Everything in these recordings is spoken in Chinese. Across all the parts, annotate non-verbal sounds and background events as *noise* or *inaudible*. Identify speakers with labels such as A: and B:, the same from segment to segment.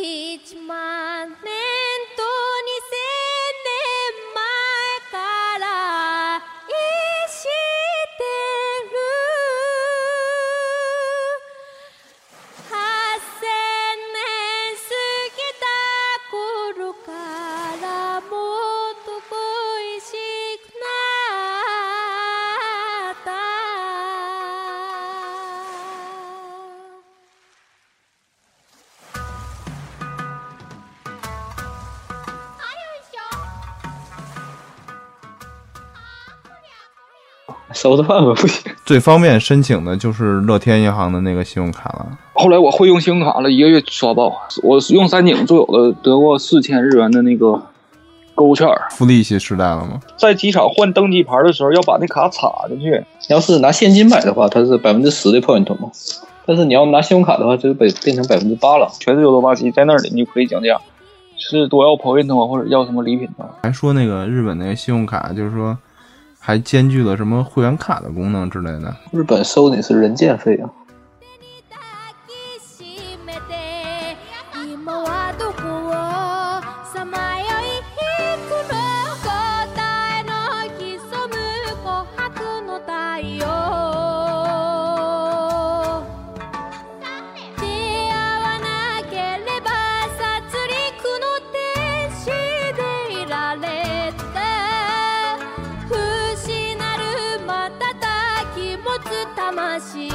A: 1만 낸 돈이 세네 말까라 이 시대로 하세는 쓰기다 고로가라 모두 고이식나다
B: 搜的办法不行。
C: 最方便申请的就是乐天银行的那个信用卡了。
B: 后来我会用信用卡了，一个月刷爆。我用三井最有的得过四千日元的那个购物券儿，
C: 付利息时代了吗？
B: 在机场换登机牌的时候要把那卡插进去，
D: 你要是拿现金买的话，它是百分之十的 point 嘛。但是你要拿信用卡的话，就被变成百分之八了。
B: 全是有多巴西，在那里你就可以讲价，是多要 point 啊，或者要什么礼品啊。
C: 还说那个日本那个信用卡，就是说还兼具了什么会员卡的功能之类的。
D: 日本收你是人件费啊，
A: 魂なる瞬き持つ魂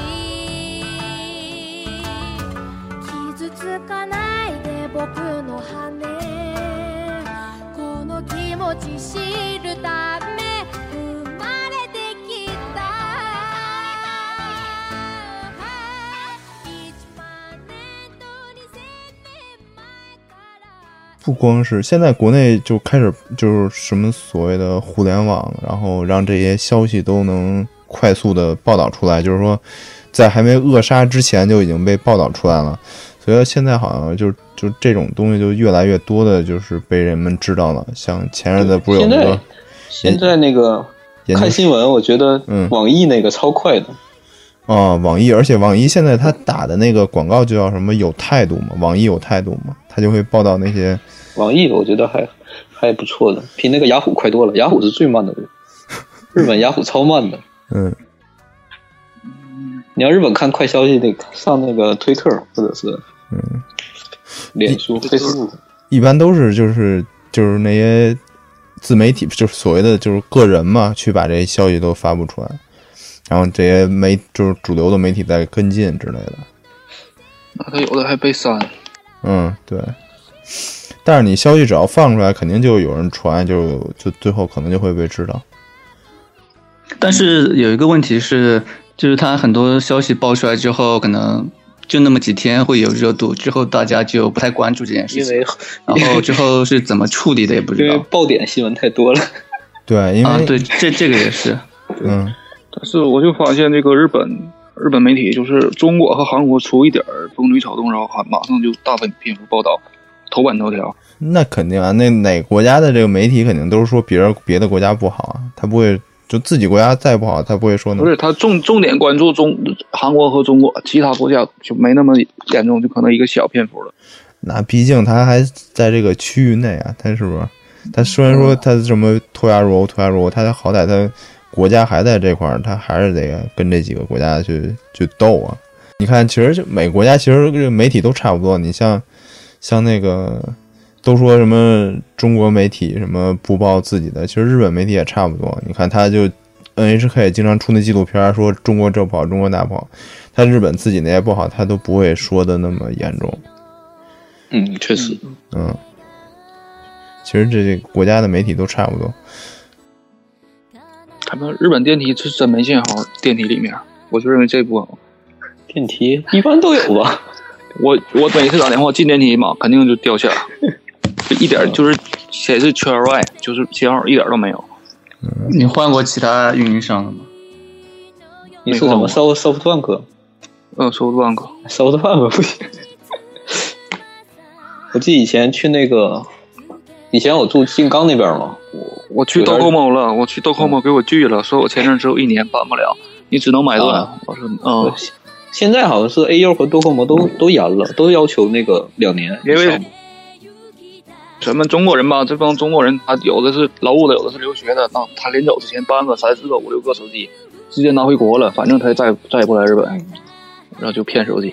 A: 傷つかないで僕の羽この気持ち知るため生まれてきた一万年度に千年前から
C: 不光是现在国内就开始就是什么所谓的互联网，然后让这些消息都能快速的报道出来，就是说在还没扼杀之前就已经被报道出来了。所以现在好像就就这种东西就越来越多的就是被人们知道了。像前日子不是有
D: 现
C: 一
D: 在
C: 个
D: 现在那个
C: 研究
D: 看新闻，我觉得
C: 嗯
D: 网易那个超快的，
C: 啊、网易，而且网易现在它打的那个广告就叫什么有态度嘛，网易有态度嘛，它就会报道那些
D: 网易我觉得还还不错的，比那个雅虎快多了。雅虎是最慢的，日本雅虎超慢的。
C: 嗯，
D: 你要日本看快消息得上那个推特或者是
C: 嗯
D: 脸书、Facebook。
C: 一般都是就是就是那些自媒体，就是所谓的就是个人嘛，去把这些消息都发布出来，然后这些媒就是主流的媒体在跟进之类的。
B: 那他有的还被删，
C: 嗯，对。但是你消息只要放出来，肯定就有人传，就就最后可能就会被知道。
E: 但是有一个问题是，就是它很多消息爆出来之后，可能就那么几天会有热度，之后大家就不太关注这件事
D: 因
E: 情，
D: 为
E: 然后之后是怎么处理的也不
D: 因
E: 知
D: 为
E: 道。
D: 爆点新闻太多了，
C: 对，因为、
E: 啊，对，这这个也是，
C: 嗯，
B: 但是我就发现这个日本日本媒体就是中国和韩国出一点儿风吹草动，然后还马上就大篇篇幅报道，头版头条。
C: 那肯定啊，那哪国家的这个媒体肯定都是说别人别的国家不好啊，他不会就自己国家再不好，他不会说呢
B: 不。是他重重点关注中韩国和中国，其他国家就没那么严重，就可能一个小篇幅了。
C: 那毕竟他还在这个区域内啊，他是不是？他虽然说他什么脱亚入欧，脱亚入欧，他好歹他国家还在这块儿，他还是得跟这几个国家去去斗啊。你看，其实就每国家其实这媒体都差不多。你像像那个都说什么中国媒体什么不报自己的，其实日本媒体也差不多。你看，他就 NHK 也经常出那纪录片儿说中国这不好，中国那不好，他日本自己那些不好，他都不会说的那么严重。
D: 嗯，确实，
C: 嗯，其实这这国家的媒体都差不多。
B: 他们日本电梯是真没信号，电梯里面，我就认为这不好。
D: 电梯一般都有吧。
B: 我我每次打电话进电梯嘛，肯定就掉
C: *laughs*
B: 线儿，就一点儿就是显示圈外，就是信号一点儿都没有。
E: 嗯你换过其他运营商了吗？
D: 你是什么 soft softbank
B: 嗯，说乱哥，
D: softbank 不行。我记得以前去那个，以前我住静冈那边嘛，
B: 我去
D: 有点儿
B: docomo 了，我去 docomo 给我拒了，说我签证只有一年办不了，你只能买断。
D: 啊
B: 我说嗯，
D: 现在好像是 AU 和多克摩都都严了，都要求那个两年以
B: 因
D: 上。
B: 为咱们中国人吧，这帮中国人他有的是劳务的，有的是留学的，那他临走之前搬个三四个、五六个手机，直接拿回国了，反正他也再再也不来日本，然后就骗手机。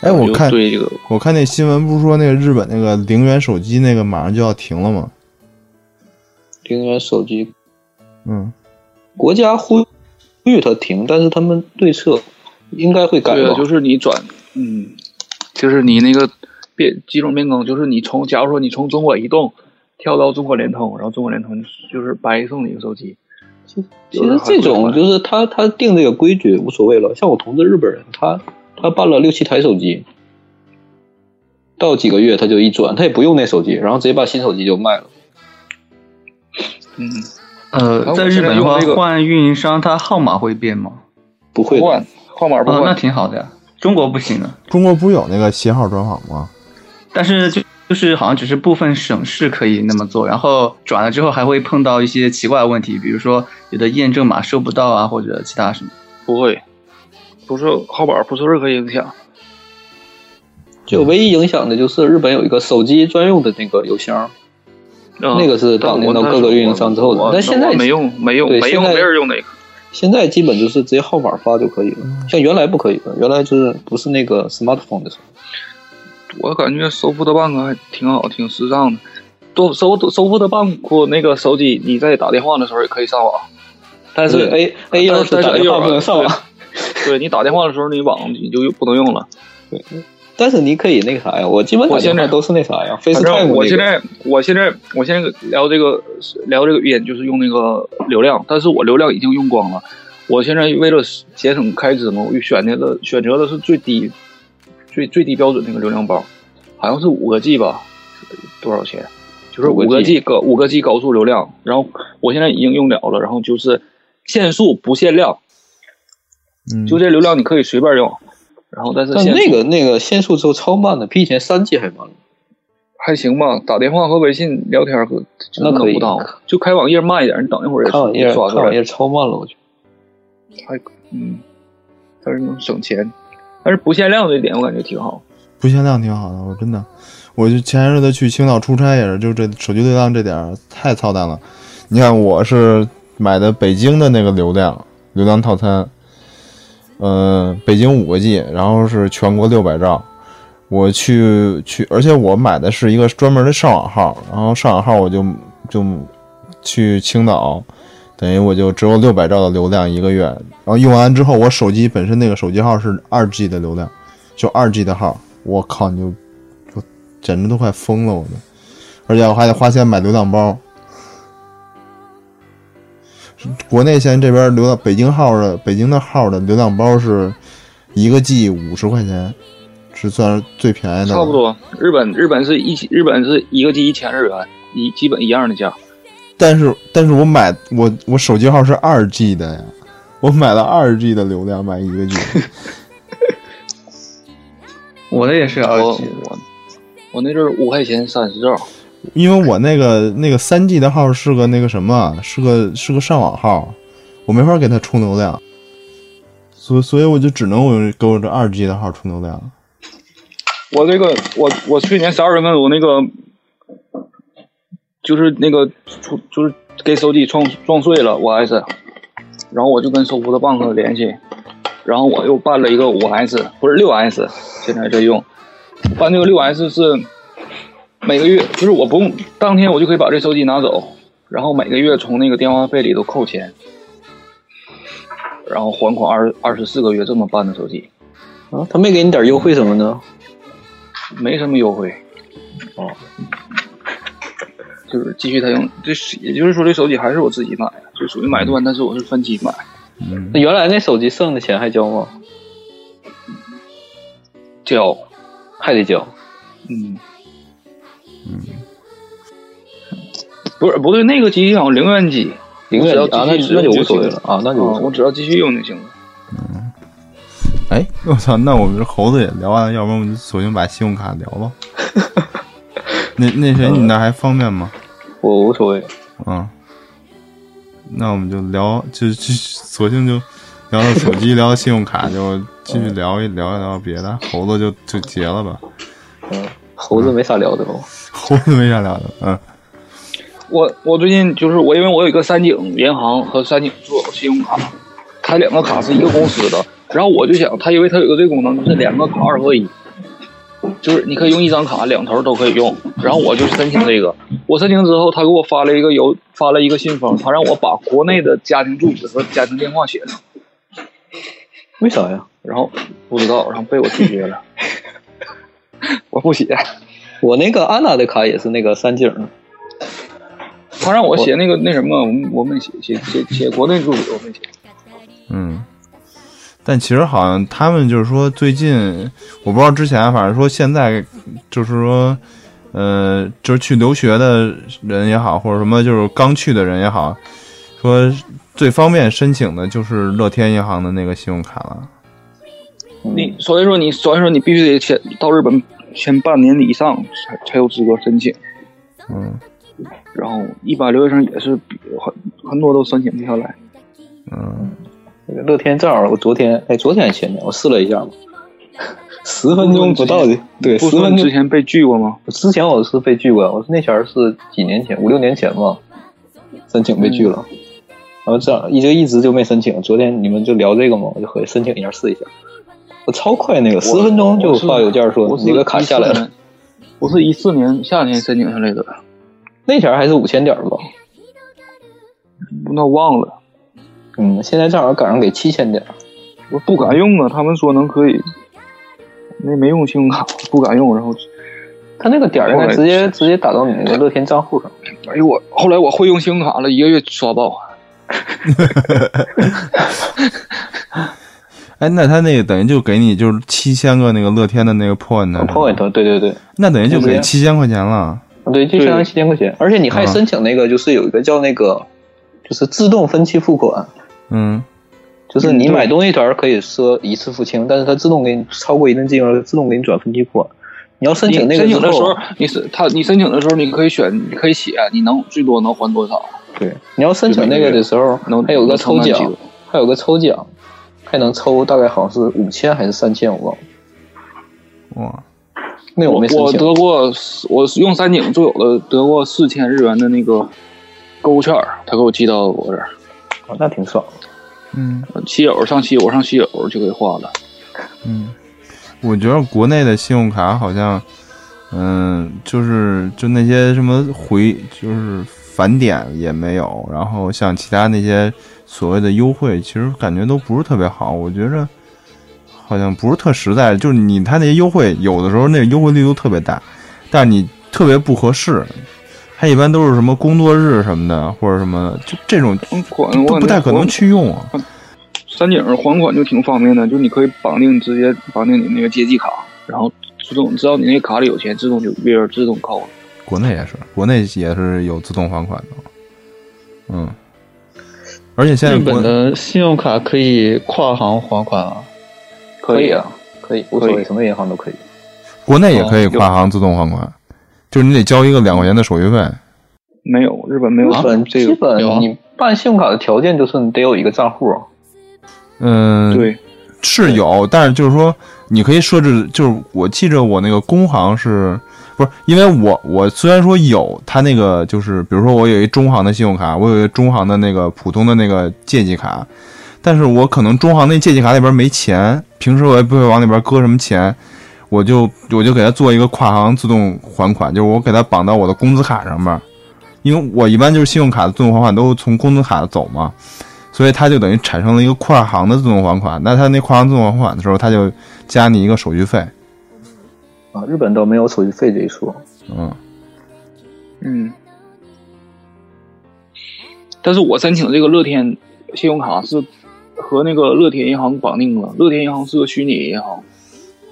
C: 哎，嗯我
B: 就
C: 看
B: 对这个
C: 我看那新闻不是说那个日本那个零元手机那个马上就要停了吗？
D: 零元手机
C: 嗯，
D: 国家呼呼吁它停，但是他们对策应该会改
B: 对
D: 吧？
B: 啊，就是你转，嗯，就是你那个变几种变更，就是你从，假如说你从中国移动跳到中国联通，然后中国联通就是白送你一个手机，
D: 其实这种就是他他定这个规矩无所谓了。像我同事日本人，他他办了六七台手机，到几个月他就一转，他也不用那手机，然后直接把新手机就卖了。
B: 嗯，
E: 呃，
B: 我
E: 在日本的
B: 现在用
E: 话
B: 这，个
E: 换运营商它号码会变吗？
D: 不会
B: 不
D: 的
B: 换，号码不
E: 哦，那
B: 换，
E: 挺好的呀。中国不行啊，
C: 中国不是有那个携号转网吗？
E: 但是就就是好像只是部分省市可以那么做，然后转了之后还会碰到一些奇怪的问题，比如说有的验证码收不到啊，或者其他什么。
B: 不会，不是号码不受任何影响。
D: 就唯一影响的就是日本有一个手机专用的那个邮箱，
B: 嗯
D: 那个是绑定到各个运营商之后的
B: 我
D: 但现在
B: 我没用，没用，
D: 对
B: 没用，
D: 现在
B: 没人用那个。
D: 现在基本就是直接号码发就可以了。
B: 嗯
D: 像原来不可以的，原来就是不是那个 smartphone 的时候。
B: 我感觉收复的办还挺好，挺时尚的。都收收复的办过那个手机，你在打电话的时候也可以上网，但是
D: A A 幺是
B: 但是
D: 打
B: A
D: 电
B: 幺
D: 话不能啊上网，
B: 啊
D: *laughs*
B: 对你打电话的时候，你网你就不能用了。
D: 但是你可以那个啥呀，我基本打
B: 我现
D: 电
B: 在
D: 话都是那啥呀
B: 反
D: ，FaceTime
B: 正我
D: 那
B: 现
D: 个。
B: 在，我现在，我现在聊这个聊这个语音，就是用那个流量，但是我流量已经用光了。我现在为了节省开支嘛，我选择了选择的是最低最最低标准那个流量包，好像是五个 G 吧，多少钱？就是五
D: 五
B: 个
D: 个
B: G 高五个 G 高速流量，然后我现在已经用了了，然后就是限速不限量，
C: 嗯，
B: 就这流量你可以随便用，然后但是
D: 但
B: 限速
D: 那个那个限速之后超慢的，比以前三 G 还慢了。
B: 还行吧，打电话和微信聊天可真
D: 那
B: 的
D: 可以
B: 不到，就开网页慢一点，你等一会儿也
D: 看网页
B: 也刷
D: 看
B: 出
D: 网
B: 来，
D: 页超慢了，我觉得。
B: 还嗯，但是能省钱，但是不限量这点我感觉挺好。
C: 不限量挺好的，我真的，我就前日子去青岛出差也是，就这手机流量这点儿太操蛋了。你看我是买的北京的那个流量流量套餐，呃，北京五个 G，然后是全国六百兆。我去去，而且我买的是一个专门的上网号，然后上网号我就就去青岛，等于我就只有六百兆的流量一个月。然后用完之后，我手机本身那个手机号是二 G 的流量，就二 G 的号，我靠，你就就简直都快疯了我都，而且我还得花钱买流量包。国内现在这边流量北京号的北京的号的流量包是一个 G 五十块钱，是算是最便宜的了，
B: 差不多，日本日本是一起日本是一个 G 一千日元，一基本一样的价。
C: 但是但是我买我我手机号是二 G 的呀，我买了二 G 的流量，买一个 G，
E: 我的也是二
D: 哦
B: 我
E: G，
B: 我我那阵儿五块钱三十兆，
C: *laughs* 因为我那个那个三 G 的号是个那个什么，啊是个是个上网号，我没法给它充流量，所所以我就只能我给我这二 G 的号充流量。
B: 我这个我我去年十二月份我那个就是那个出就是给手机撞撞碎了五 S，然后我就跟搜狐的棒哥联系，然后我又办了一个五 S 不是六 S，现在还在用，办这个六 S 是每个月就是我不用当天我就可以把这手机拿走，然后每个月从那个电话费里头扣钱，然后还款二二十四个月这么办的手机，
D: 啊，他没给你点优惠什么的？
B: 没什么优惠。
D: 哦，
B: *laughs* 就是继续他用，这是也就是说这手机还是我自己买的，就属于买断，但是我是分期买。
C: 嗯，
D: 那原来那手机剩的钱还交吗？
B: 交，
D: 还得交。
B: 嗯，嗯，不是不对，那个机器好像零元机，
D: 零元
B: 我只
D: 啊，
B: 要
D: 那
B: 继续
D: 那就
B: 使用
D: 无所谓
B: 行
D: 了啊，那就无
B: 啊，
D: 所谓了。
B: 我只要继续用就行了。
C: 哎，我操，那我们这猴子也聊完了，要不然我们就索性把信用卡聊了。那那谁，你那还方便吗？
D: 我无所谓。
C: 嗯，那我们就聊，就就索性就聊聊手机，聊聊信用卡，就继续聊一聊一聊别的，猴子就就结了吧。
D: 嗯，猴子没啥聊的喽。
C: 猴子没啥聊的，嗯，
B: 我我最近就是我，因为我有一个三井银行和三井做信用卡，它两个卡是一个公司的。然后我就想，它因为它有一个这个功能，就是两个卡二合一，就是你可以用一张卡，两头都可以用。然后我就申请这个，我申请之后，他给我发了一个邮，发了一个信封，他让我把国内的家庭住址和家庭电话写上。
D: 为啥呀？
B: 然后不知道，然后被我拒绝了。 *laughs* 我不写，
D: 我那个安娜的卡也是那个三井的，
B: 他让我写那个那什么，我没我没写写写写国内住址，我没写。
C: 嗯，但其实好像他们就是说，最近我不知道之前，反正说现在就是说，呃，就是去留学的人也好，或者什么就是刚去的人也好，说最方便申请的就是乐天银行的那个信用卡了。
B: 你所以说你所以说你必须得先到日本先半年以上才才有资格申请，
C: 嗯
B: 然后一般留学生也是比很很多都申请不下来。
C: 嗯，
D: 那个乐天正好我昨天哎，昨天还前天我试了一下嘛，十分钟不到的，对，
B: 不
D: 十
B: 是说
D: 分
B: 你
D: 钟
B: 之。前被拒过吗？
D: 之前我是被拒过，我是那前儿是几年前，五六年前吧，申请被拒了。
B: 嗯
D: 然后这样一就一直就没申请。昨天你们就聊这个嘛，我就合计申请一下试一下。我超快那个，十分钟就发邮件说
B: 我
D: 你这个卡下来了。。
B: 我是一四年夏天申请下来的，
D: 那前儿还是五千点儿吧，
B: 那忘了，
D: 嗯，现在正好赶上给七千点儿。
B: 我不敢用啊。他们说能可以，那没用信用卡，不敢用。然后，
D: 他那个点儿应该直接直接打到你那个乐天账户上。
B: 哎呦我后来我会用信用卡了，一个月刷爆。啊
C: 哎，那他那个等于就给你就是七千个那个乐天的那个 point，呢
D: 哦 point，对对对，
C: 那等于就给七千块钱了。
D: 对，就相当于七千块钱。而且你还申请那个，就是有一个叫那个，就是自动分期付款。
C: 嗯，
D: 就是
B: 嗯
D: 你买东西团可以说一次付清，但是它自动给你超过一定金额，自动给你转分期款。你要申
B: 你
D: 请那个
B: 申
D: 之
B: 请的时
D: 后
B: 候，，你是他，你申请的时候你可以选，你可以写，啊你能最多能还多少？
D: 对，你要申请那个的时候
B: 能，
D: 还有个
B: 能
D: 抽
B: 承担几
D: 奖
B: 个，
D: 还有个抽奖，还能抽大概好像是五千还是三千，我忘了。
C: 哇，
D: 那我没申
B: 我
D: 请。
B: 得过，我用三井最有的得过四千日元的那个购物券儿，他给我寄到我这儿。
D: 哦那挺爽的。
C: 嗯
B: 西友上西友上西友就给花了。
C: 嗯，我觉得国内的信用卡好像，嗯，就是就那些什么回就是返点也没有，然后像其他那些所谓的优惠，其实感觉都不是特别好。我觉着好像不是特实在，就是你他那些优惠有的时候那个优惠力度特别大，但是你特别不合适。它一般都是什么工作日什么的，或者什么，就这种
B: 还款嗯
C: 都
B: 我感
C: 嗯不
B: 觉
C: 太可能
B: 还
C: 去用啊。
B: 三井还款就挺方便的，就你可以绑定直接绑定你那个借记卡，然后自动知道你那卡里有钱，自动就月月自动扣了。
C: 国内也是，国内也是有自动还款的，嗯，而且现在
E: 日
C: 国
E: 本的信用卡可以跨行还款啊，
D: 可以啊，可以，无所
B: 可
D: 谓，
B: 以
D: 什么银行都可以。
C: 国内也可以
E: 哦
C: 跨行自动还款，就是你得交一个两块钱的手续费。
B: 没有，日本没有
D: 基本
B: 这
D: 基
B: 个。
D: 本
E: 有啊
D: 你办信用卡的条件就是你得有一个账户。啊
C: 嗯，，
B: 对，
C: 是有，但是就是说你可以设置，就是我记着我那个工行是不是？因为我我虽然说有它那个，就是比如说我有一中行的信用卡，我有一中行的那个普通的那个借记卡，但是我可能中行那借记卡里边没钱，平时我也不会往里边搁什么钱，我就我就给它做一个跨行自动还款，就是我给它绑到我的工资卡上面，因为我一般就是信用卡的自动还款都是从工资卡走嘛，所以它就等于产生了一个跨行的自动还款。那它那跨行自动还款的时候，它就加你一个手续费，
D: 啊，日本倒没有手续费这一说，
C: 嗯，
B: 嗯。但是我申请这个乐天信用卡是和那个乐天银行绑定了，乐天银行是个虚拟银行，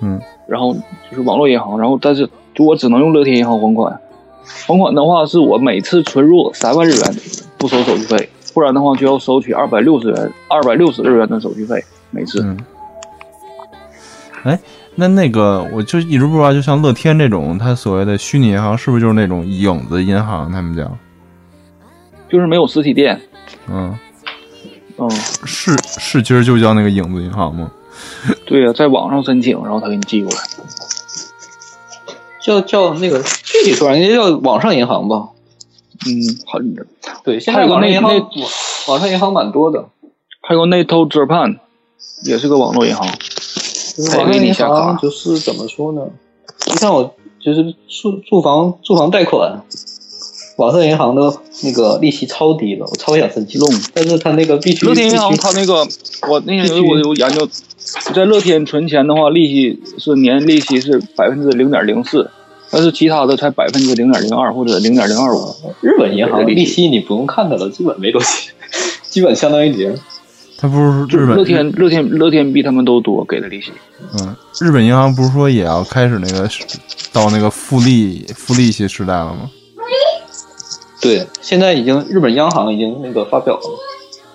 C: 嗯，
B: 然后就是网络银行，然后但是就我只能用乐天银行还款，还款的话是我每次存入三万日元不收手续费，不然的话就要收取二百六十元、二百六十日元的手续费每次。
C: 嗯。哎，那那个我就一直不知道，就像乐天这种，它所谓的虚拟银行是不是就是那种影子银行？他们叫，
B: 就是没有实体店，
C: 嗯，
B: 嗯，
C: 是是，其实就叫那个影子银行吗？
B: 对呀、在网上申请，然后他给你寄过来。
D: 叫叫那个具体说，人家叫网上银行吧？
B: 嗯，好，
D: 对，现
B: 还
D: 在
B: 有个
D: 网上
B: 那
D: 银行
B: 那
D: 网网上银行蛮多的，
B: 还有 NATO Japan，也是个网络银行。
D: 就是网上银行就是怎么说呢？你像我就是住住房住房贷款，网上银行的那个利息超低的，我超想申请
B: 弄，
D: 但是他那个必须
B: 乐天银行
D: 必须
B: 它那个，我那天
D: 必须
B: 有我有研究，在乐天存钱的话，利息是年利息是百分之零点零四，但是其他的才百分之零点零二或者零点零二五。
D: 日本银行利息你不用看它了，基本没多少，基本相当于零。
C: 他不是日本
B: 乐天乐天乐天比他们都多给的利息。
C: 嗯，日本银行不是说也要开始那个是到那个负利负利息时代了吗？
D: 对，现在已经日本央行已经那个发表了。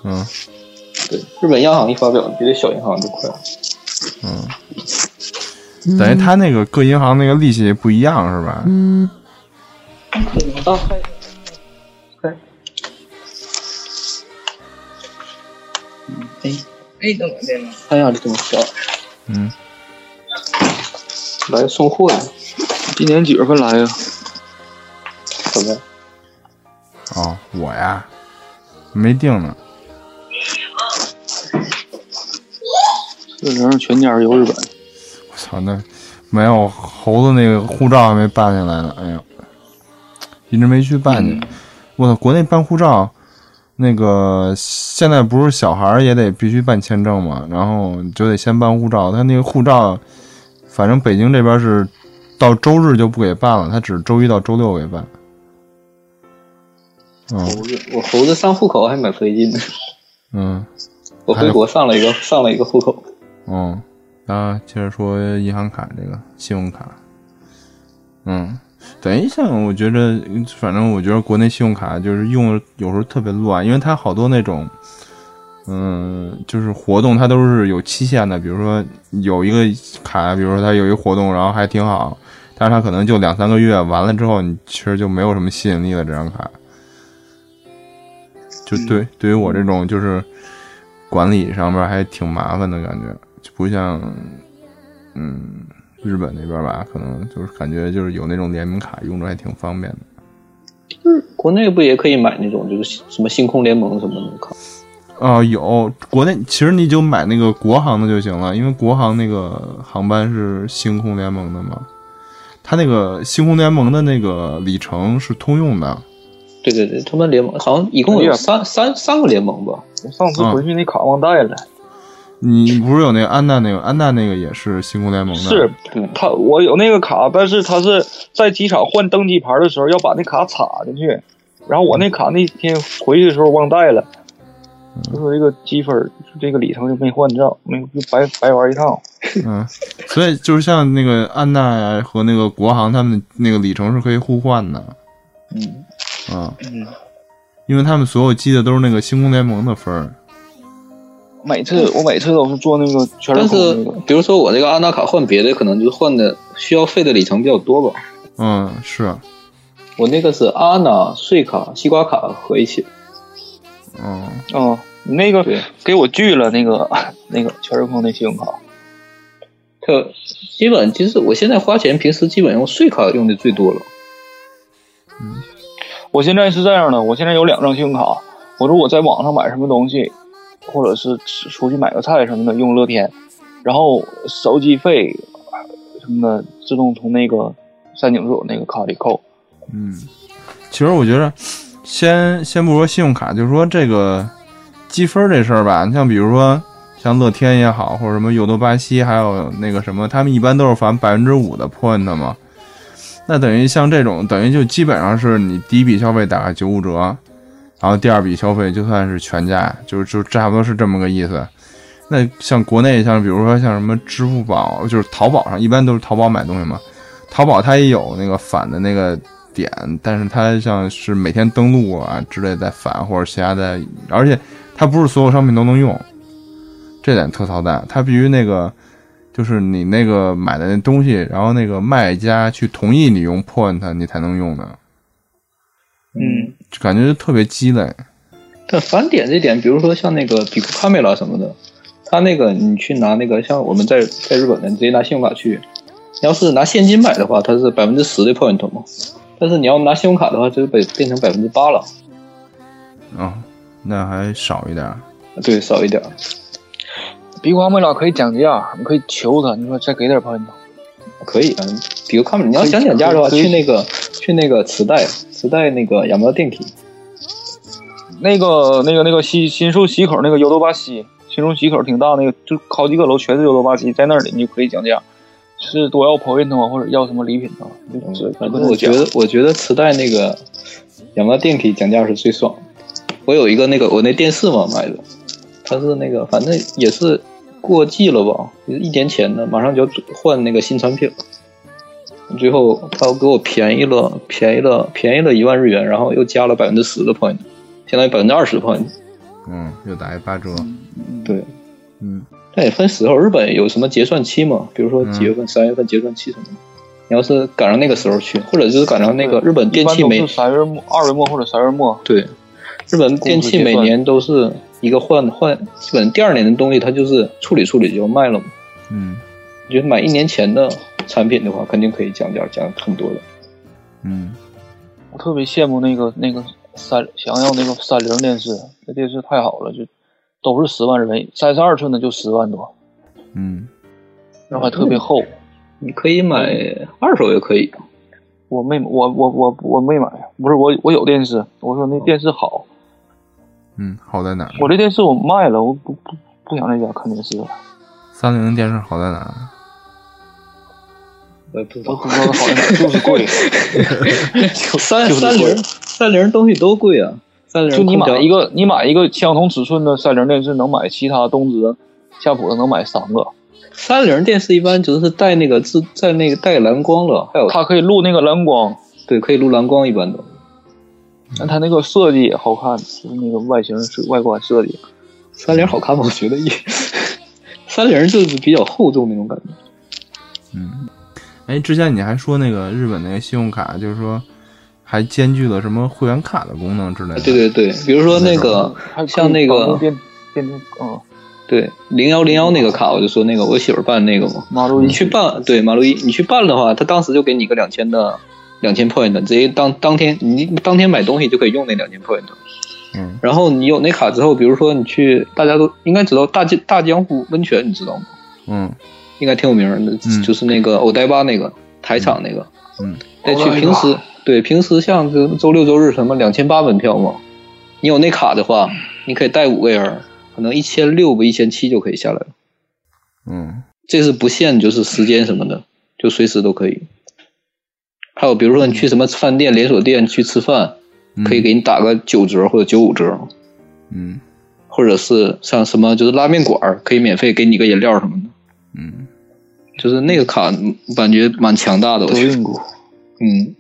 C: 嗯
D: 对，日本央行一发表，比这小银行就快了。
C: 嗯，等于他那个各银行那个利息不一样是吧？
D: 啊，还
F: 哎，等我电脑。
D: 哎呀，这么小，
C: 嗯，
D: 来送货呀，
B: 今年几月份来呀、啊
D: 怎么样？
C: 哦，我呀没定呢。
B: 这人全家游日本，
C: 我操，那没有猴子那个护照还没办下来呢。哎呀，一直没去办去。我操，国内办护照，那个现在不是小孩儿也得必须办签证嘛，然后你就得先办护照。他那个护照，反正北京这边是到周日就不给办了，他只是周一到周六给办。嗯
D: 猴子，我猴子上户口还蛮费劲的。
C: 嗯
D: 我回国上了一个上了一个户口，
C: 嗯，然后接着说银行卡这个信用卡，嗯，等于像我觉着，反正我觉得国内信用卡就是用着有时候特别乱，因为它好多那种，嗯，就是活动它都是有期限的，比如说有一个卡，比如说它有一个活动，然后还挺好，但是它可能就两三个月，完了之后你其实就没有什么吸引力了，这张卡。就对，对于我这种就是管理上面还挺麻烦的感觉，就不像嗯日本那边吧，可能就是感觉就是有那种联名卡，用着还挺方便的。
D: 国内不也可以买那种就是什么星空联盟什么的卡？
C: 啊、有国内其实你就买那个国航的就行了，因为国航那个航班是星空联盟的嘛，它那个星空联盟的那个里程是通用的，
D: 对对对，他们联盟好像一
B: 啊
D: 共有三三三个联盟吧？
B: 我上
C: 啊
B: 次回去那卡忘带了。
C: 你不是有那个安娜那个安娜那个也是星空联盟的，
B: 是他，我有那个卡，但是他是在机场换登机牌的时候要把那卡插进去，然后我那卡那天回去的时候忘带了，
D: 嗯
B: 就是这个积分儿，这个里程就没换账，没就白白玩一趟。
C: 嗯，所以就是像那个安娜呀和那个国航他们那个里程是可以互换的，
B: 嗯
C: 啊，
B: 嗯，
C: 因为他们所有积的都是那个星空联盟的分儿，
B: 每次我每次都是坐那个全
D: 但
B: 人
D: 是
B: 空那个，
D: 比如说我这个安娜卡换别的，可能就换的需要费的里程比较多吧。
C: 嗯，是，
D: 我那个是安娜、税卡、西瓜卡合一起。
C: 嗯，
B: 哦，你那个
D: 对，
B: 给我拒了那个 *laughs* 那个全人空那信用卡，
D: 它基本其实我现在花钱，平时基本用税卡用的最多了。
B: 我现在是这样的，我现在有两张信用卡，我如果在网上买什么东西，或者是吃出去买个菜什么的，用乐天，然后手机费什么的自动从那个三井住那个卡里扣。
C: 嗯，其实我觉得，先先不说信用卡，就是说这个积分儿这事儿吧，你像比如说像乐天也好，或者什么有多巴西，还有那个什么，他们一般都是返百分之五的 point 嘛。那等于像这种，等于就基本上是你第一笔消费打个九五折，然后第二笔消费就算是全价，就就差不多是这么个意思。那像国内像比如说像什么支付宝，就是淘宝上一般都是淘宝买东西嘛，淘宝它也有那个返的那个点，但是它像是每天登录啊之类再返，或者其他的，而且它不是所有商品都能用，这点特操蛋。它必须那个就是你那个买的那东西，然后那个卖家去同意你用 Point，你才能用的，
B: 嗯，
C: 就感觉就特别鸡肋。
D: 但返点这点，比如说像那个比库卡梅拉什么的，它那个你去拿那个，像我们在在日本的，你直接拿信用卡去，你要是拿现金买的话，它是百分之十的 point 嘛，但是你要拿信用卡的话，就被变成百分之八了，
C: 啊，那还少一点儿。
D: 对，少一点儿。
B: 比瓜妹老可以讲价，你可以求他，你说再给点喷头。
D: 可以啊，比如看你要想讲价的话，
B: 可以
D: 去那个去那个磁带，磁带那个亚麻电梯，
B: 那个那个那个西新宿西口那个尤多巴西，新宿西口挺大那个，就好几个楼全是尤多巴西，在那里你就可以讲价，是多要 point 啊，或者要什么礼品啊，
D: 嗯
B: 就是
D: 反正我觉得我觉得磁带那个亚麻电梯讲价是最爽的。我有一个那个我那电视嘛买的，它是那个反正也是过季了吧，就是一年前的，马上就要换那个新产品了。最后他给我便宜了，便宜了，便宜了一万日元，然后又加了百分之十的 point，相当于百分之二十的 point。
C: 嗯，又打一八折。
D: 对，
C: 嗯，
D: 但也分时候，日本有什么结算期嘛？比如说几月
B: 嗯
D: 份、三、月份结算期什么的。你要是赶上那个时候去，或者就是赶上那个日本电器
B: 一般
D: 每
B: 都是三月末、二月末或者三月末，
D: 对，日本电器每年都是一个换换，基本第二年的东西它就是处理处理就卖了嘛。
C: 嗯
D: 你就是买一年前的产品的话，肯定可以讲价讲很多的。
C: 嗯，
B: 我特别羡慕那个那个三想要那个三菱电视，那电视太好了，就都是十万日元，三十二寸的就十万多，
C: 嗯，
B: 然后还特别厚。
D: 你可以买二手也可以，
B: 我没我我我我没买，不是我我有电视，我说那电视好，
C: 嗯，好在哪儿？
B: 我这电视我卖了，我不不不想在家看电视了，
C: 三菱电视好在哪儿？
D: 我也不知
B: 我
D: 道。
B: 不知道它好在哪儿，就是贵，
D: 三
B: 就是
D: 三菱
B: 贵
D: 三菱东西都贵啊，三菱
B: 就你买一
D: 个
B: 个你买一个相同尺寸的三菱电视，能买其他东芝、夏普的能买三个，
D: 三菱电视，一般就是带那个自带那个带蓝光了，还有
B: 它可以录那个蓝光，
D: 对可以录蓝光一般的。
B: 但它那个设计也好看，就是那个外形是外观设计。
D: 三菱好看吗？我觉得也， *laughs* 三菱就是比较厚重那种感觉。
C: 嗯，哎，之前你还说那个日本那个信用卡，就是说还兼具了什么会员卡的功能之类的。
D: 啊对对对，比如说那个
B: 还可以
D: 像那
B: 绑
D: 个
B: 定电电动，嗯，
D: 对零幺零幺
C: 嗯
D: 那个卡，我就说那个我媳妇儿办那个嘛，
B: 马路一
D: 你去办对马路一你去办的话，他当时就给你个两千的两千 point，直接当当天你当天买东西就可以用那两千 point。
C: 嗯，
D: 然后你有那卡之后，比如说你去大家都应该知道大江大江户温泉，你知道吗？
C: 嗯
D: 应该挺有名儿的，
C: 嗯
D: 就是那个欧呆巴那个台场那个。
C: 嗯，
D: 再去平时对平时像这周六周日什么两千八门票嘛，你有那卡的话，你可以带五个人儿，可能一千六吧一千七就可以下来了。
C: 嗯
D: 这是不限就是时间什么的，就随时都可以。还有比如说你去什么饭店、连锁店去吃饭，
C: 嗯，
D: 可以给你打个九折或者九五折，
C: 嗯
D: 或者是像什么就是拉面馆儿可以免费给你个饮料什么的，
C: 嗯
D: 就是那个卡感觉蛮强大的，我
B: 德
D: 觉得。
B: 运股，
D: 嗯，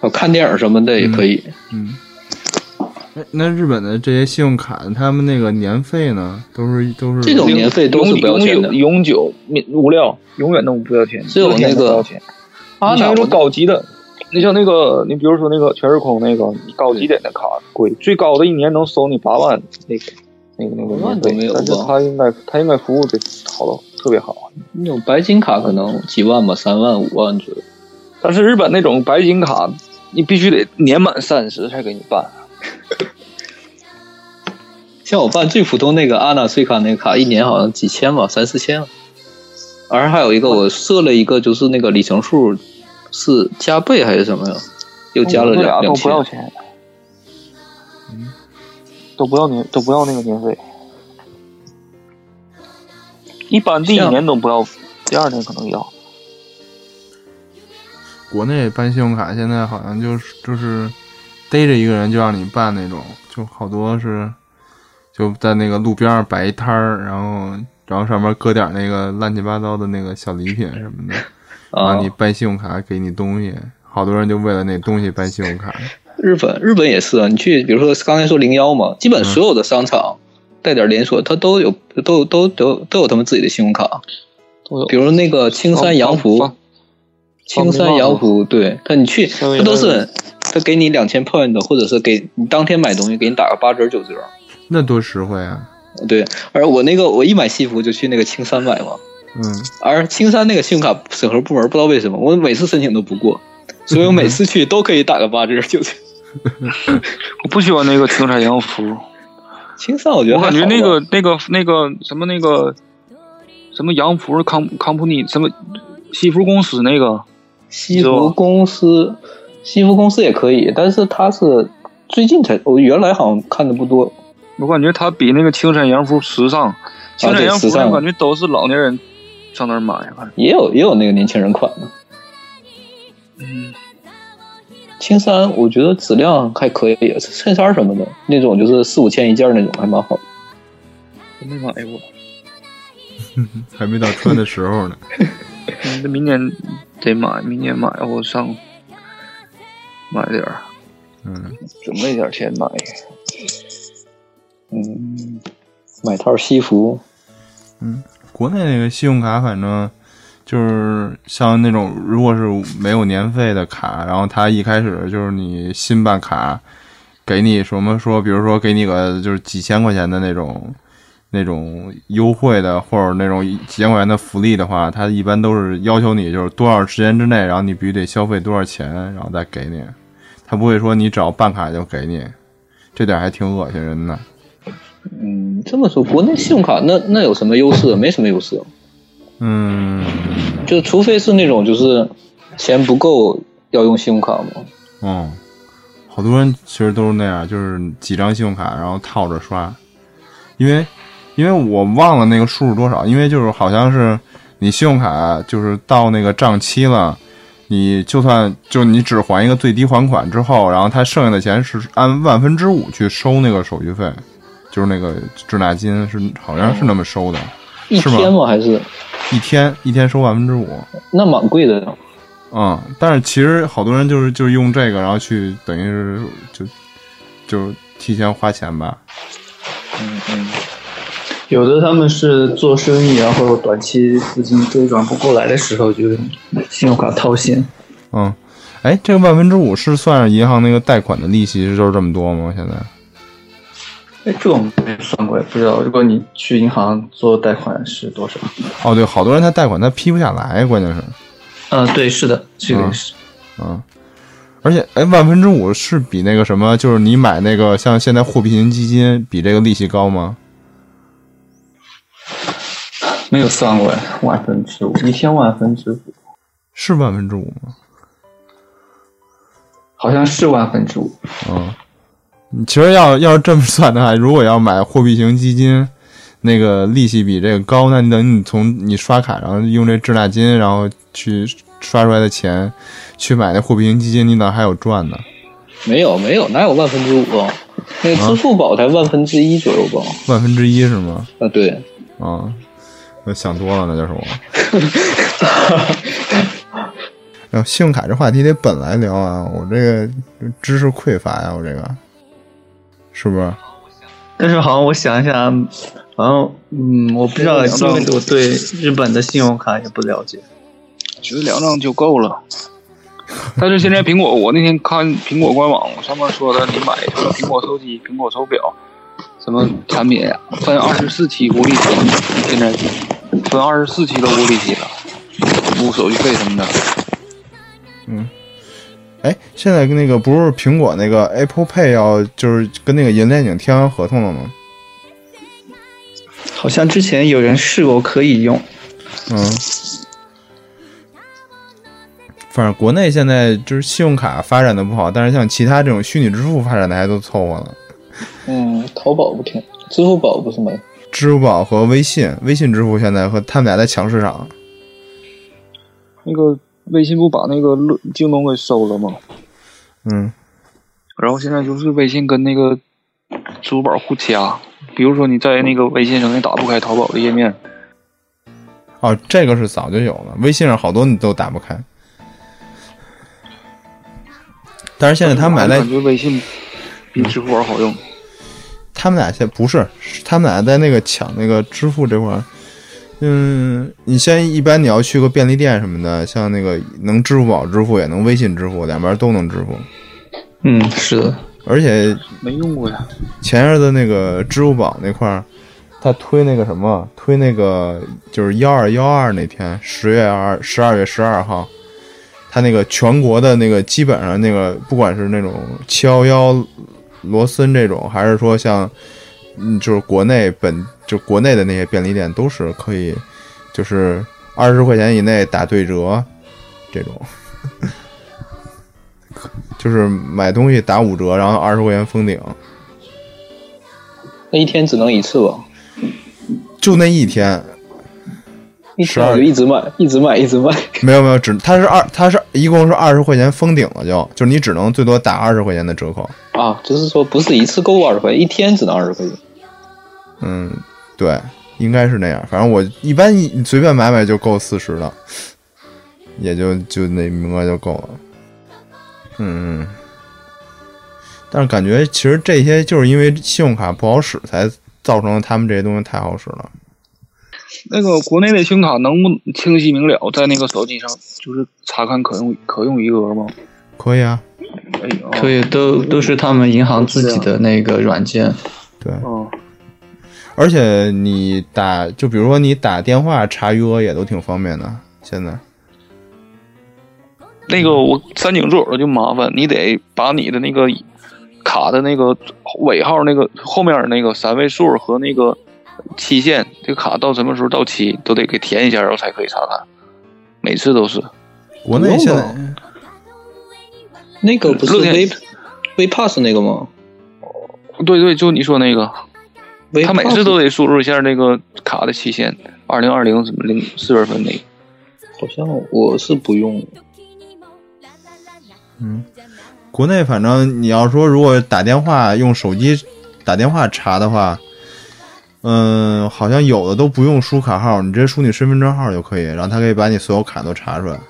D: 我看电影什么的也可以。
C: 嗯。哎，那日本的这些信用卡，他们那个年费呢，都是都是
D: 这种年费都是不要钱的
B: 永久永久免无料，永远都不要钱，
D: 只有
B: 一天
D: 那
B: 都
D: 个
B: 不要钱。
D: 啊
B: 你像
D: 那
B: 那种
D: 我
B: 高级的，你像那个，你比如说那个全日空那个高级点的卡贵，最高的一年能收你八万那个那个那个
D: 八万
B: 年
D: 都没
B: 费
D: 有，
B: 但是
D: 吧
B: 他应该他应该服务得好到特别好。
D: 那种白金卡可能几万吧，三万、五万左右。
B: 但是日本那种白金卡，你必须得年满三十才给你办。
D: 像我办最普通那个阿纳税卡那个卡，一年好像几千吧，三四千。而还有一个，我设了一个，就是那个里程数是加倍还是什么呀？又加了
B: 这嗯
D: 两
B: 俩啊
D: 两
B: 都不
D: 千。
B: 要钱，嗯都不要年都不要那个年费，一般第一
D: 像
B: 年都不要，第二年可能要。
C: 国内办信用卡现在好像就是就是逮着一个人就让你办那种，就好多是就在那个路边儿摆一摊儿，然后然后上面搁点儿那个乱七八糟的那个小礼品什么的，
D: 啊
C: 让你办信用卡给你东西，好多人就为了那东西办信用卡。
D: 日本日本也是啊，你去比如说刚才说零幺嘛，基
B: 嗯
D: 本所有的商场、带点连锁，它都有都有都都都有他们自己的信用卡。
B: 都有
D: 比如那个青山洋
B: 方
D: 服
B: 方，
D: 青山洋
B: 哦
D: 服，对，他你去，
B: 稍微
D: 他都是他给你两千 point，或者是给你当天买东西给你打个八折九折，
C: 那多实惠啊！
D: 对。而我那个我一买西服就去那个青山买嘛，
C: 嗯，
D: 而青山那个信用卡审核部门不知道为什么，我每次申请都不过，所以我每次去都可以打个八折，就是
B: 我不喜欢那个停产延后服务，
D: 青山我觉得
B: 我感觉
D: 还好吧
B: 那个那个那个什么那个什么洋服康康普尼什么西服公司那个，
D: 西服公司，西服公司也可以，但是它是最近才，我原来好像看的不多，
B: 我感觉它比那个青山洋服时尚，青山
D: 啊对
B: 洋服
D: 时尚
B: 我感觉都是老年人上那儿买，啊反正
D: 也有也有那个年轻人款的。
B: 嗯，
D: 青山我觉得质量还可以，衬衫什么的那种就是四五千一件那种还蛮好。
B: 我没买过，
C: 还没到穿的时候呢。
B: 嗯那明年得买，明年买我上买点儿，
C: 嗯，
B: 准备点儿钱买。
D: 嗯，买套西服，
C: 国内那个信用卡，反正就是像那种如果是没有年费的卡，然后它一开始就是你新办卡，给你什么说，比如说给你个就是几千块钱的那种。那种优惠的或者那种几千块钱的福利的话，它一般都是要求你就是多少时间之内，然后你必须得消费多少钱，然后再给你。它不会说你只要办卡就给你，这点还挺恶心人的。
D: 嗯，这么说，国内信用卡那那有什么优势？没什么优势，
C: 嗯，
D: 就除非是那种就是钱不够要用信用卡嘛。
C: 哦，好多人其实都是那样，就是几张信用卡然后套着刷，因为因为我忘了那个数是多少，因为就是好像是你信用卡就是到那个账期了，你就算就你只还一个最低还款之后，然后他剩下的钱是按万分之五去收那个手续费，就是那个滞纳金是好像是那么收的，
D: 一
C: 是吗
D: 天吗？还是
C: 一天一天收万分之五。
D: 那蛮贵的。
C: 嗯，但是其实好多人就是就是用这个，然后去等于是就就提前花钱吧。
D: 嗯嗯，
F: 有的他们是做生意，然后短期资金周转不过来的时候，就信用卡套现。
C: 嗯，哎，这个万分之五是算是银行那个贷款的利息是就是这么多吗？现在
F: 哎，这我没算过，也不知道。如果你去银行做贷款是多少？
C: 哦，对，好多人他贷款他批不下来，关键是，
F: 嗯，对，是的，这个
C: 嗯
F: 是。
C: 嗯，而且哎，万分之五是比那个什么，就是你买那个像现在货币型基金比这个利息高吗？
F: 没有算过哎，万分之五，一天万分之五，
C: 是万分之五吗？
F: 好像是万分之五。
C: 嗯，其实要要是这么算的话，如果要买货币型基金，那个利息比这个高，那你等你从你刷卡，然后用这滞纳金，然后去刷出来的钱去买那货币型基金，你哪还有赚呢？
D: 没有没有，哪有万分之五啊？那个支付宝才万分之一左右吧？
C: 万分之一是吗？
D: 啊，对，
C: 啊、我想多了，那就是我。然后信用卡这话题得本来聊啊，我这个知识匮乏呀、我这个是不是？
F: 但是好像我想一下，好像嗯，我不知道，因为我对日本的信用卡也不了解。
B: 觉得两张就够了。 *laughs* 但是现在苹果，我那天看苹果官网上面说的，你买什么苹果手机、苹果手表，什么产品分二十四期无利息，现在分二十四期都无利息了，无手续费什么的。
C: 哎，现在跟那个不是苹果那个 Apple Pay 要就是跟那个银联景签完合同了吗？
F: 好像之前有人试过可以用，
C: 嗯，反正国内现在就是信用卡发展的不好，但是像其他这种虚拟支付发展的还都凑合了。
D: 嗯，淘宝不挺，支付宝不是吗？
C: 支付宝和微信，微信支付现在和他们俩在抢市场。
B: 那个微信不把那个乐京东给收了吗？
C: 嗯，
B: 然后现在就是微信跟那个支付宝互掐，比如说你在那个微信上你打不开淘宝的页面，
C: 哦，这个是早就有了，微信上好多你都打不开。但是现在他们
B: 我
C: 买在
B: 感觉微信比支付宝好用。
C: 他们俩现不是，是他们俩在那个抢那个支付这块儿。嗯，你先一般你要去个便利店什么的，像那个能支付宝支付也能微信支付，两边都能支付。
F: 嗯，是的，
C: 而且
B: 没用过呀，
C: 前日的那个支付宝那块儿，他推那个什么，推那个就是幺二幺二那天，十月二十二月十二号，他那个全国的那个基本上那个不管是那种七幺幺、罗森这种，还是说像嗯就是国内本就国内的那些便利店都是可以，就是二十块钱以内打对折这种。 *laughs* 就是买东西打五折，然后二十块钱封顶，
D: 那一天只能一次吧？
C: 就那一天，
D: 一
C: 十
D: 天
C: 二
D: 我就一直买，一直买，一直买。
C: 没有没有，只它是二，它是一共是二十块钱封顶了就，就是你只能最多打二十块钱的折扣。
D: *laughs* 啊，就是说不是一次购物二十块，一天只能二十块钱。
C: 嗯，对，应该是那样。反正我一般一随便买买就够四十了，也就就那名额就够了。嗯，嗯。但是感觉其实这些就是因为信用卡不好使，才造成了他们这些东西太好使了。
B: 那个国内的信用卡能不能清晰明了，在那个手机上就是查看可用可用余额吗？
C: 可以啊，
B: 哎呀，
E: 可以，都都是他们银行自己的那个软件。
C: 对，
B: 哦，
D: 嗯
C: 而且你打，就比如说你打电话查余额也都挺方便的。现在
B: 那个我三井住友就麻烦，你得把你的那个卡的那个尾号、那个后面那个三位数和那个期限，这个卡到什么时候到期都得给填一下，然后才可以查看。每次都是，
C: 国内现在
D: 不用那个不是
B: 乐天
D: V V Pass 那个吗？
B: 对对，就你说那个，
D: v
B: 他每次都得输入一下那个卡的期限，二零二零什么零四月份那个。
D: 好像我是不用，
C: 嗯，国内反正你要说如果打电话用手机打电话查的话，嗯，好像有的都不用输卡号，你直接输你身份证号就可以，然后他可以把你所有卡都查出来。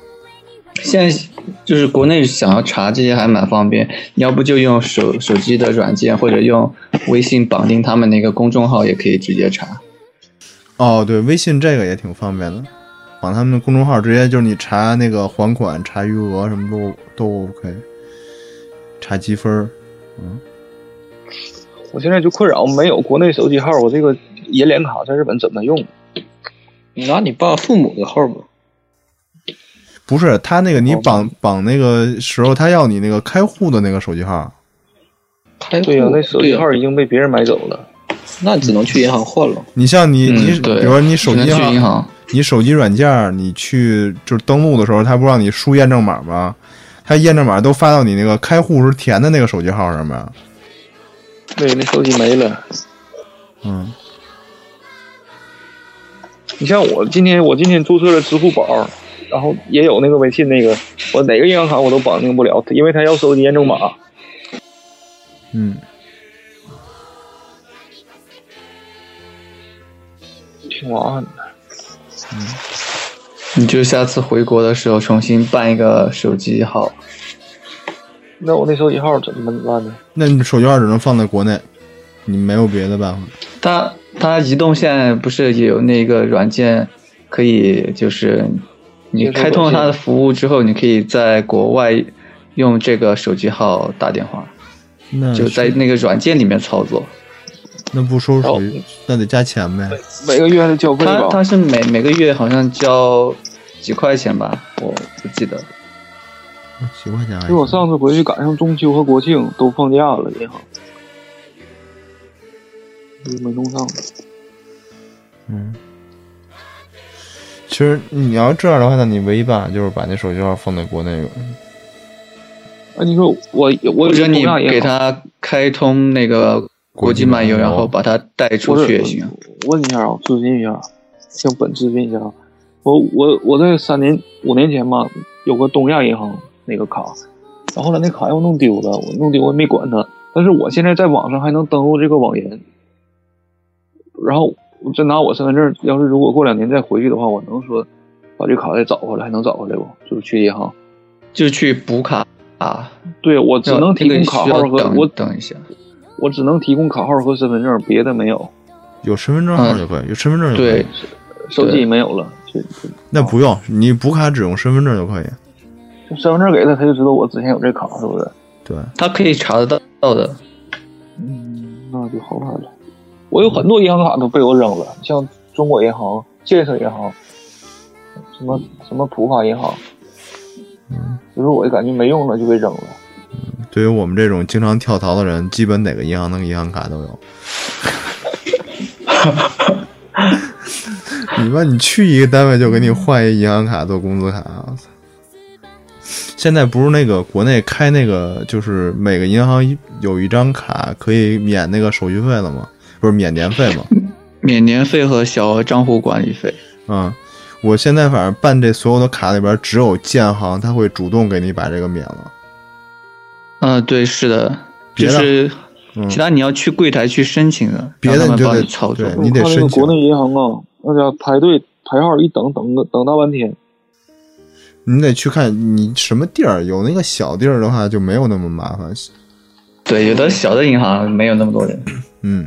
E: 现在就是国内想要查这些还蛮方便，要不就用手手机的软件，或者用微信绑定他们那个公众号，也可以直接查。
C: 哦，对，微信这个也挺方便的，往他们的公众号直接就是你查那个还款、查余额什么都都 OK，查积分儿。
B: 我现在就困扰没有国内手机号，我这个银联卡在日本怎么用？
D: 你拿你爸父母的号吧。
C: 不是他那个，你绑绑那个时候，他要你那个开户的那个手机号。
D: 开
B: 对呀、
D: 户
B: 那手机号
D: 对呀
B: 已经被别人买走了。
D: 那只能去银行换了。
C: 你像你、你，
E: 嗯，
C: 比
E: 对，
C: 如说你手
E: 只
C: 机
E: 能去银
C: 号，
E: 行，
C: 你手机软件儿，你去就是登录的时候，他不让你输验证码吗？他验证码都发到你那个开户时填的那个手机号上面。
B: 对，那手机没了。
C: 嗯，
B: 你像我今天，我今天注册了支付宝，然后也有那个微信那个，我哪个银行卡我都绑定不了，因为他要收集验证码。
C: 嗯，
B: 挺麻烦的。
E: 你就下次回国的时候重新办一个手机号。
B: 那我那手机号怎么办呢？
C: 那你手机号只能放在国内，你没有别的办法。
E: 它它移动现在不是也有那个软件，可以就是你开通了它的服务之后，你可以在国外用这个手机号打电话，
B: 嗯
C: 那
E: 就在哦那个软件里面操作。
C: 那不收手机，那得加钱呗。
B: 每个月的交费
E: 它
B: 吧。
E: 它是每每个月好像交几块钱吧，我不记得。
C: 几块钱还
B: 因为我
C: 行。
B: 上次回去赶上中秋和国庆都放假了，银行，就没弄上。
C: 嗯，其实你要这样的话，那你唯一办法就是把那手机号放在国内。
B: 哎，你说我我
E: 或者你给
B: 他。
E: 它开通那个国际漫游，然后把它带
B: 不
E: 出
B: 是
E: 去也行。
B: 我问一下啊，咨询一下，向本咨询一下啊。我我我在三年五年前吧，有个东亚银行那个卡，然后后来那卡又弄丢了，我弄丢我也没管它。但是我现在在网上还能登录这个网银，然后我再拿我身份证，要是如果过两年再回去的话，我能说把这卡再找回来，还能找回来不？就是去银行，
E: 就去补卡啊，
B: 对我只能提
E: 这
B: 供
E: 个
B: 卡
E: 需
B: 号
E: 要
B: 和
E: 等
B: 我
E: 等一下。
B: 我只能提供卡号和身份证，别的没有，
C: 有身份证号就可以，有身份证就可以。
E: 嗯对，
B: 手机
E: 对
B: 也没有了，就就
C: 那不用，你补卡只用身份证就可以。
B: 就身份证给他，他就知道我之前有这卡，是不是？
C: 对，
E: 它可以查得到的。
B: 嗯，那就好办了。我有很多银行卡都被我扔了，像中国银行、建设银行，什么什么浦发银行，
D: 嗯
B: 就是我感觉没用了就被扔了。
C: 对于我们这种经常跳槽的人，基本哪个银行那个银行卡都有。你妈，你去一个单位就给你换一银行卡做工资卡，我操！现在不是那个国内开那个，就是每个银行有一张卡可以免那个手续费了吗？不是免年费吗？
E: 免年费和小额账户管理费。
C: 啊、我现在反正办这所有的卡里边，只有建行他会主动给你把这个免了。
E: 嗯、对，是的，
C: 别
E: 就
C: 的
E: 是
C: 嗯
E: 其他你要去柜台去申请的，
C: 别的
E: 让他
C: 你
E: 们
C: 就
E: 帮
C: 得
E: 你操作
C: 对。
B: 我
C: 你得
B: 看那个
C: 申请
B: 国内银行啊，那家排队排号一等等个等大半天。
C: 你得去看你什么地儿，有那个小地儿的话就没有那么麻烦。
E: 对，有的小的银行没有那么多人。
C: 嗯，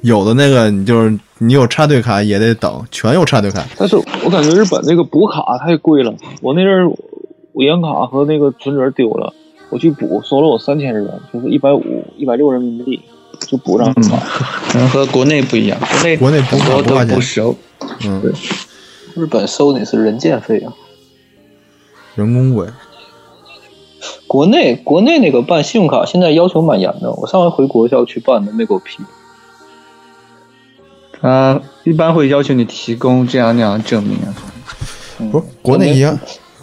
C: 有的那个你就是你有插队卡也得等，全有插队卡。
B: 但是我感觉日本那个补卡太贵了，我那阵儿我银行卡和那个存折丢了，我去补，收了我三千日元，就是一百五、一百六人民币，就补张
D: 嗯
B: 卡。
E: 可能和国内不一样，国内
C: 国内不
E: 很
C: 嗯啊
E: 多
C: 不花
E: 都
C: 钱
E: 不熟。
C: 嗯，
D: 日本收你是人件费啊。
C: 人工贵。
D: 国内国内那个办信用卡现在要求蛮严的，我上回回国校去办的没给我批。
E: 他啊一般会要求你提供这样那样的证明啊。
C: 不是国内银行，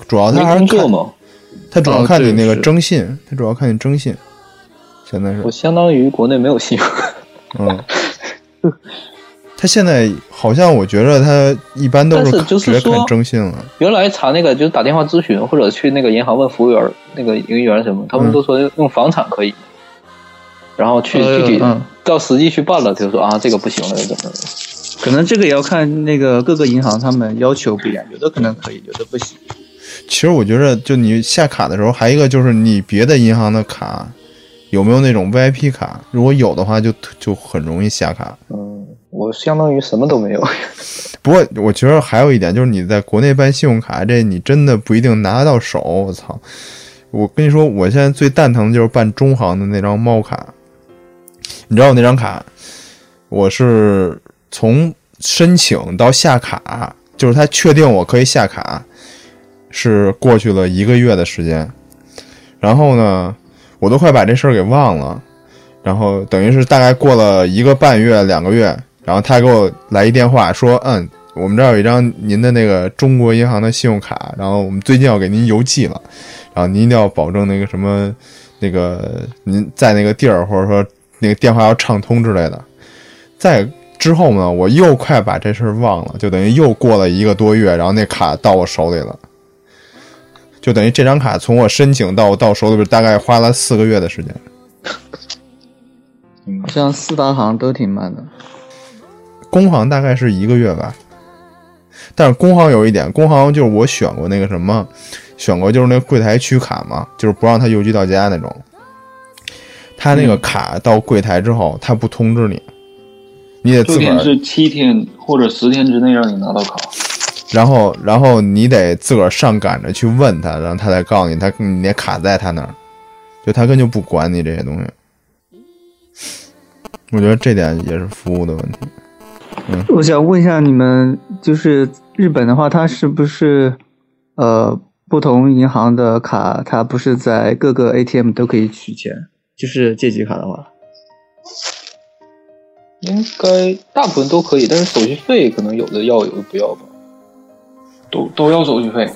C: 主要
D: 没
C: 他还是
D: 工作
C: 看
D: 嘛，
C: 他主要
E: 哦
C: 看你
E: 对
C: 那个
E: 是
C: 征信，他主要看你征信。现在是
D: 我相当于国内没有信用。
C: 嗯，他现在好像我觉着他一般都
D: 但是就是
C: 直接看
D: 说
C: 征信了。
D: *laughs* 原来查那个就是打电话咨询或者去那个银行问服务员儿那个营业员什么，他们都说用房产可以，然后去
E: 呃
D: 具体
E: 嗯
D: 到实际去办了，就说啊这个不行了，怎么的？
E: 可能这个也要看那个各个银行他们要求不一样，有的可能可以，有的不行。
C: 其实我觉着，就你下卡的时候，还有一个就是你别的银行的卡有没有那种 VIP 卡，如果有的话就，就很容易下卡。
D: 嗯，我相当于什么都没有。
C: 不过我觉得还有一点就是你在国内办信用卡，这你真的不一定拿得到手。我操！我跟你说，我现在最蛋疼的就是办中行的那张猫卡。你知道我那张卡，我是从申请到下卡，就是他确定我可以下卡，是过去了一个月的时间。然后呢，我都快把这事儿给忘了。然后等于是大概过了一个半月、两个月，然后他给我来一电话说，嗯，我们这儿有一张您的那个中国银行的信用卡，然后我们最近要给您邮寄了，然后您一定要保证那个什么，那个您在那个地儿或者说那个电话要畅通之类的。在之后呢，我又快把这事儿忘了，就等于又过了一个多月，然后那卡到我手里了。就等于这张卡从我申请到到手里，大概花了四个月的时间。
E: 好像四大行都挺慢的。
C: 工行大概是一个月吧。但是工行有一点，工行就是我选过那个什么，选过就是那柜台取卡嘛，就是不让他邮寄到家那种。他那个卡到柜台之后，他不通知你，你得
B: 就
C: 自个
B: 点
C: 儿，
B: 是七天或者十天之内让你拿到卡。
C: 然后然后你得自个儿上赶着去问他，然后他才告诉你他你那卡在他那儿，就他根本就不管你这些东西。我觉得这点也是服务的问题。
E: 我想问一下你们，就是日本的话，它是不是呃不同银行的卡，它不是在各个 ATM 都可以取钱？就是借记卡的话，
D: 应该大部分都可以，但是手续费可能有的要，有的不要吧。
B: 都都要手续费，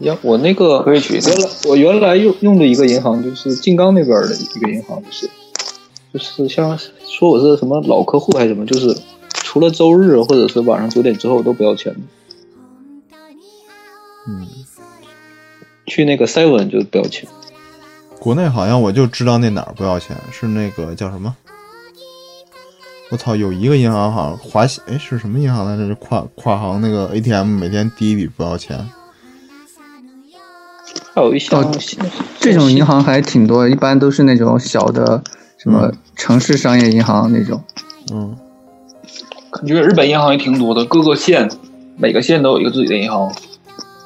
D: 呀，我那个
B: 可以取
D: 原来我原来用用的一个银行就是静冈那边的一个银行，就是就是像说我是什么老客户还是什么，就是除了周日或者是晚上九点之后都不要钱的。
C: 嗯，
D: 去那个 seven 就不要钱。
C: 国内好像我就知道那哪儿不要钱，是那个叫什么？我操，有一个银行好像华西，哎是什么银行来着？就跨跨行那个 ATM 每天第一笔不要钱，
D: 还有一项、
E: 哦这种银行还挺多，一般都是那种小的什么城市商业银行那种。
C: 嗯，
B: 感觉日本银行也挺多的，各个县每个县都有一个自己的银行，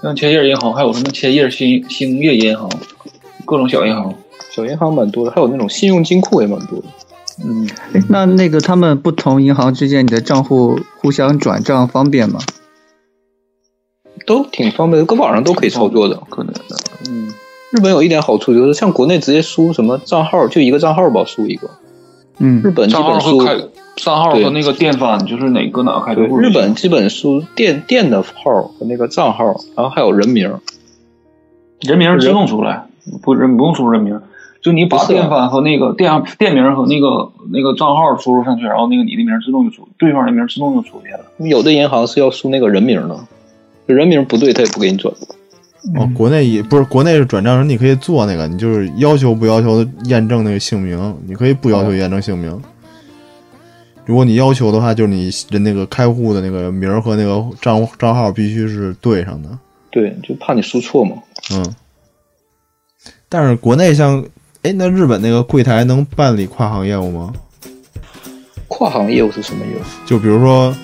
B: 像千叶银行，还有什么千叶兴兴业银行，各种小银行。
D: 小银行蛮多的，还有那种信用金库也蛮多的。
E: 诶那那个他们不同银行之间你的账户互相转账方便吗？
D: 都挺方便的，搁网上都可以操作的。可能，
E: 嗯，
D: 日本有一点好处就是，像国内直接输什么账号，就一个账号吧，输一个。日
E: 嗯，
D: 本基
B: 账号
D: 本
B: 和
D: 输
B: 开账号和
D: 对
B: 那个电翻，就是哪个哪开
D: 对
B: 头不
D: 日
B: 一样
D: 本基本输店店的号和那个账号，然后还有人名。
B: 人名儿自动出来，不人不用输人名儿，就你把
D: 不是啊
B: 电翻和那个电店名儿和那个那个账号输入上去，然后那个你的名儿自动就出，对方的名儿自动就出去了。
D: 有的银行是要输那个人名的，人名不对，他也不给你转。
C: 哦，国内也不是国内是转账时候你可以做那个，你就是要求不要求验证那个姓名，你可以不要求验证姓名。如果你要求的话，就是你的那个开户的那个名儿和那个账户账号必须是对上的。
D: 对，就怕你输错嘛。
C: 嗯，但是国内像哎，那日本那个柜台能办理跨行业务吗？
D: 跨行业务是什么业务？
C: 就比如说，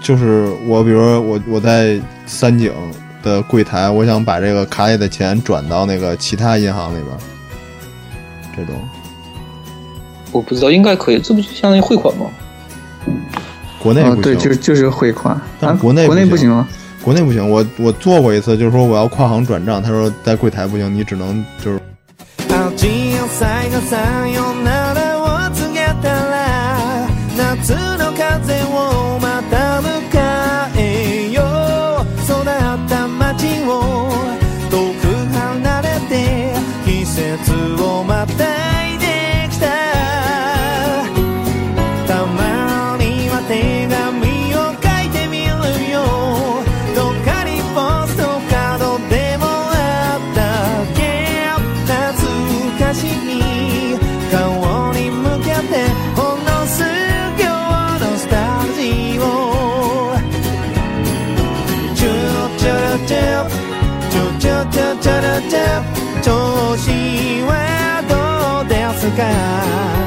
C: 就是我，比如说我我在三井的柜台，我想把这个卡里的钱转到那个其他银行里边儿，这种
D: 我不知道，应该可以。这不就相当于汇款吗？
C: 国内
E: 哦，
C: 不行，
E: 对，就就是汇款，
C: 但
E: 啊
C: 国内
E: 国内
C: 不
E: 不
C: 行
E: 行吗？
C: 国内不行。我我做过一次，就是说我要跨行转账，他说在柜台不行，你只能就是
G: 青い最後さよならを告げたら夏の風をまた迎えよう育った街を遠く離れて季節をまたいできたたまには手紙を書いてみるよどっかにポストカードでもあったっけ懐かしい顔に向けてほんの数行のスタジオチューチュルチューチュチュチュチュルチュ調子はどうですか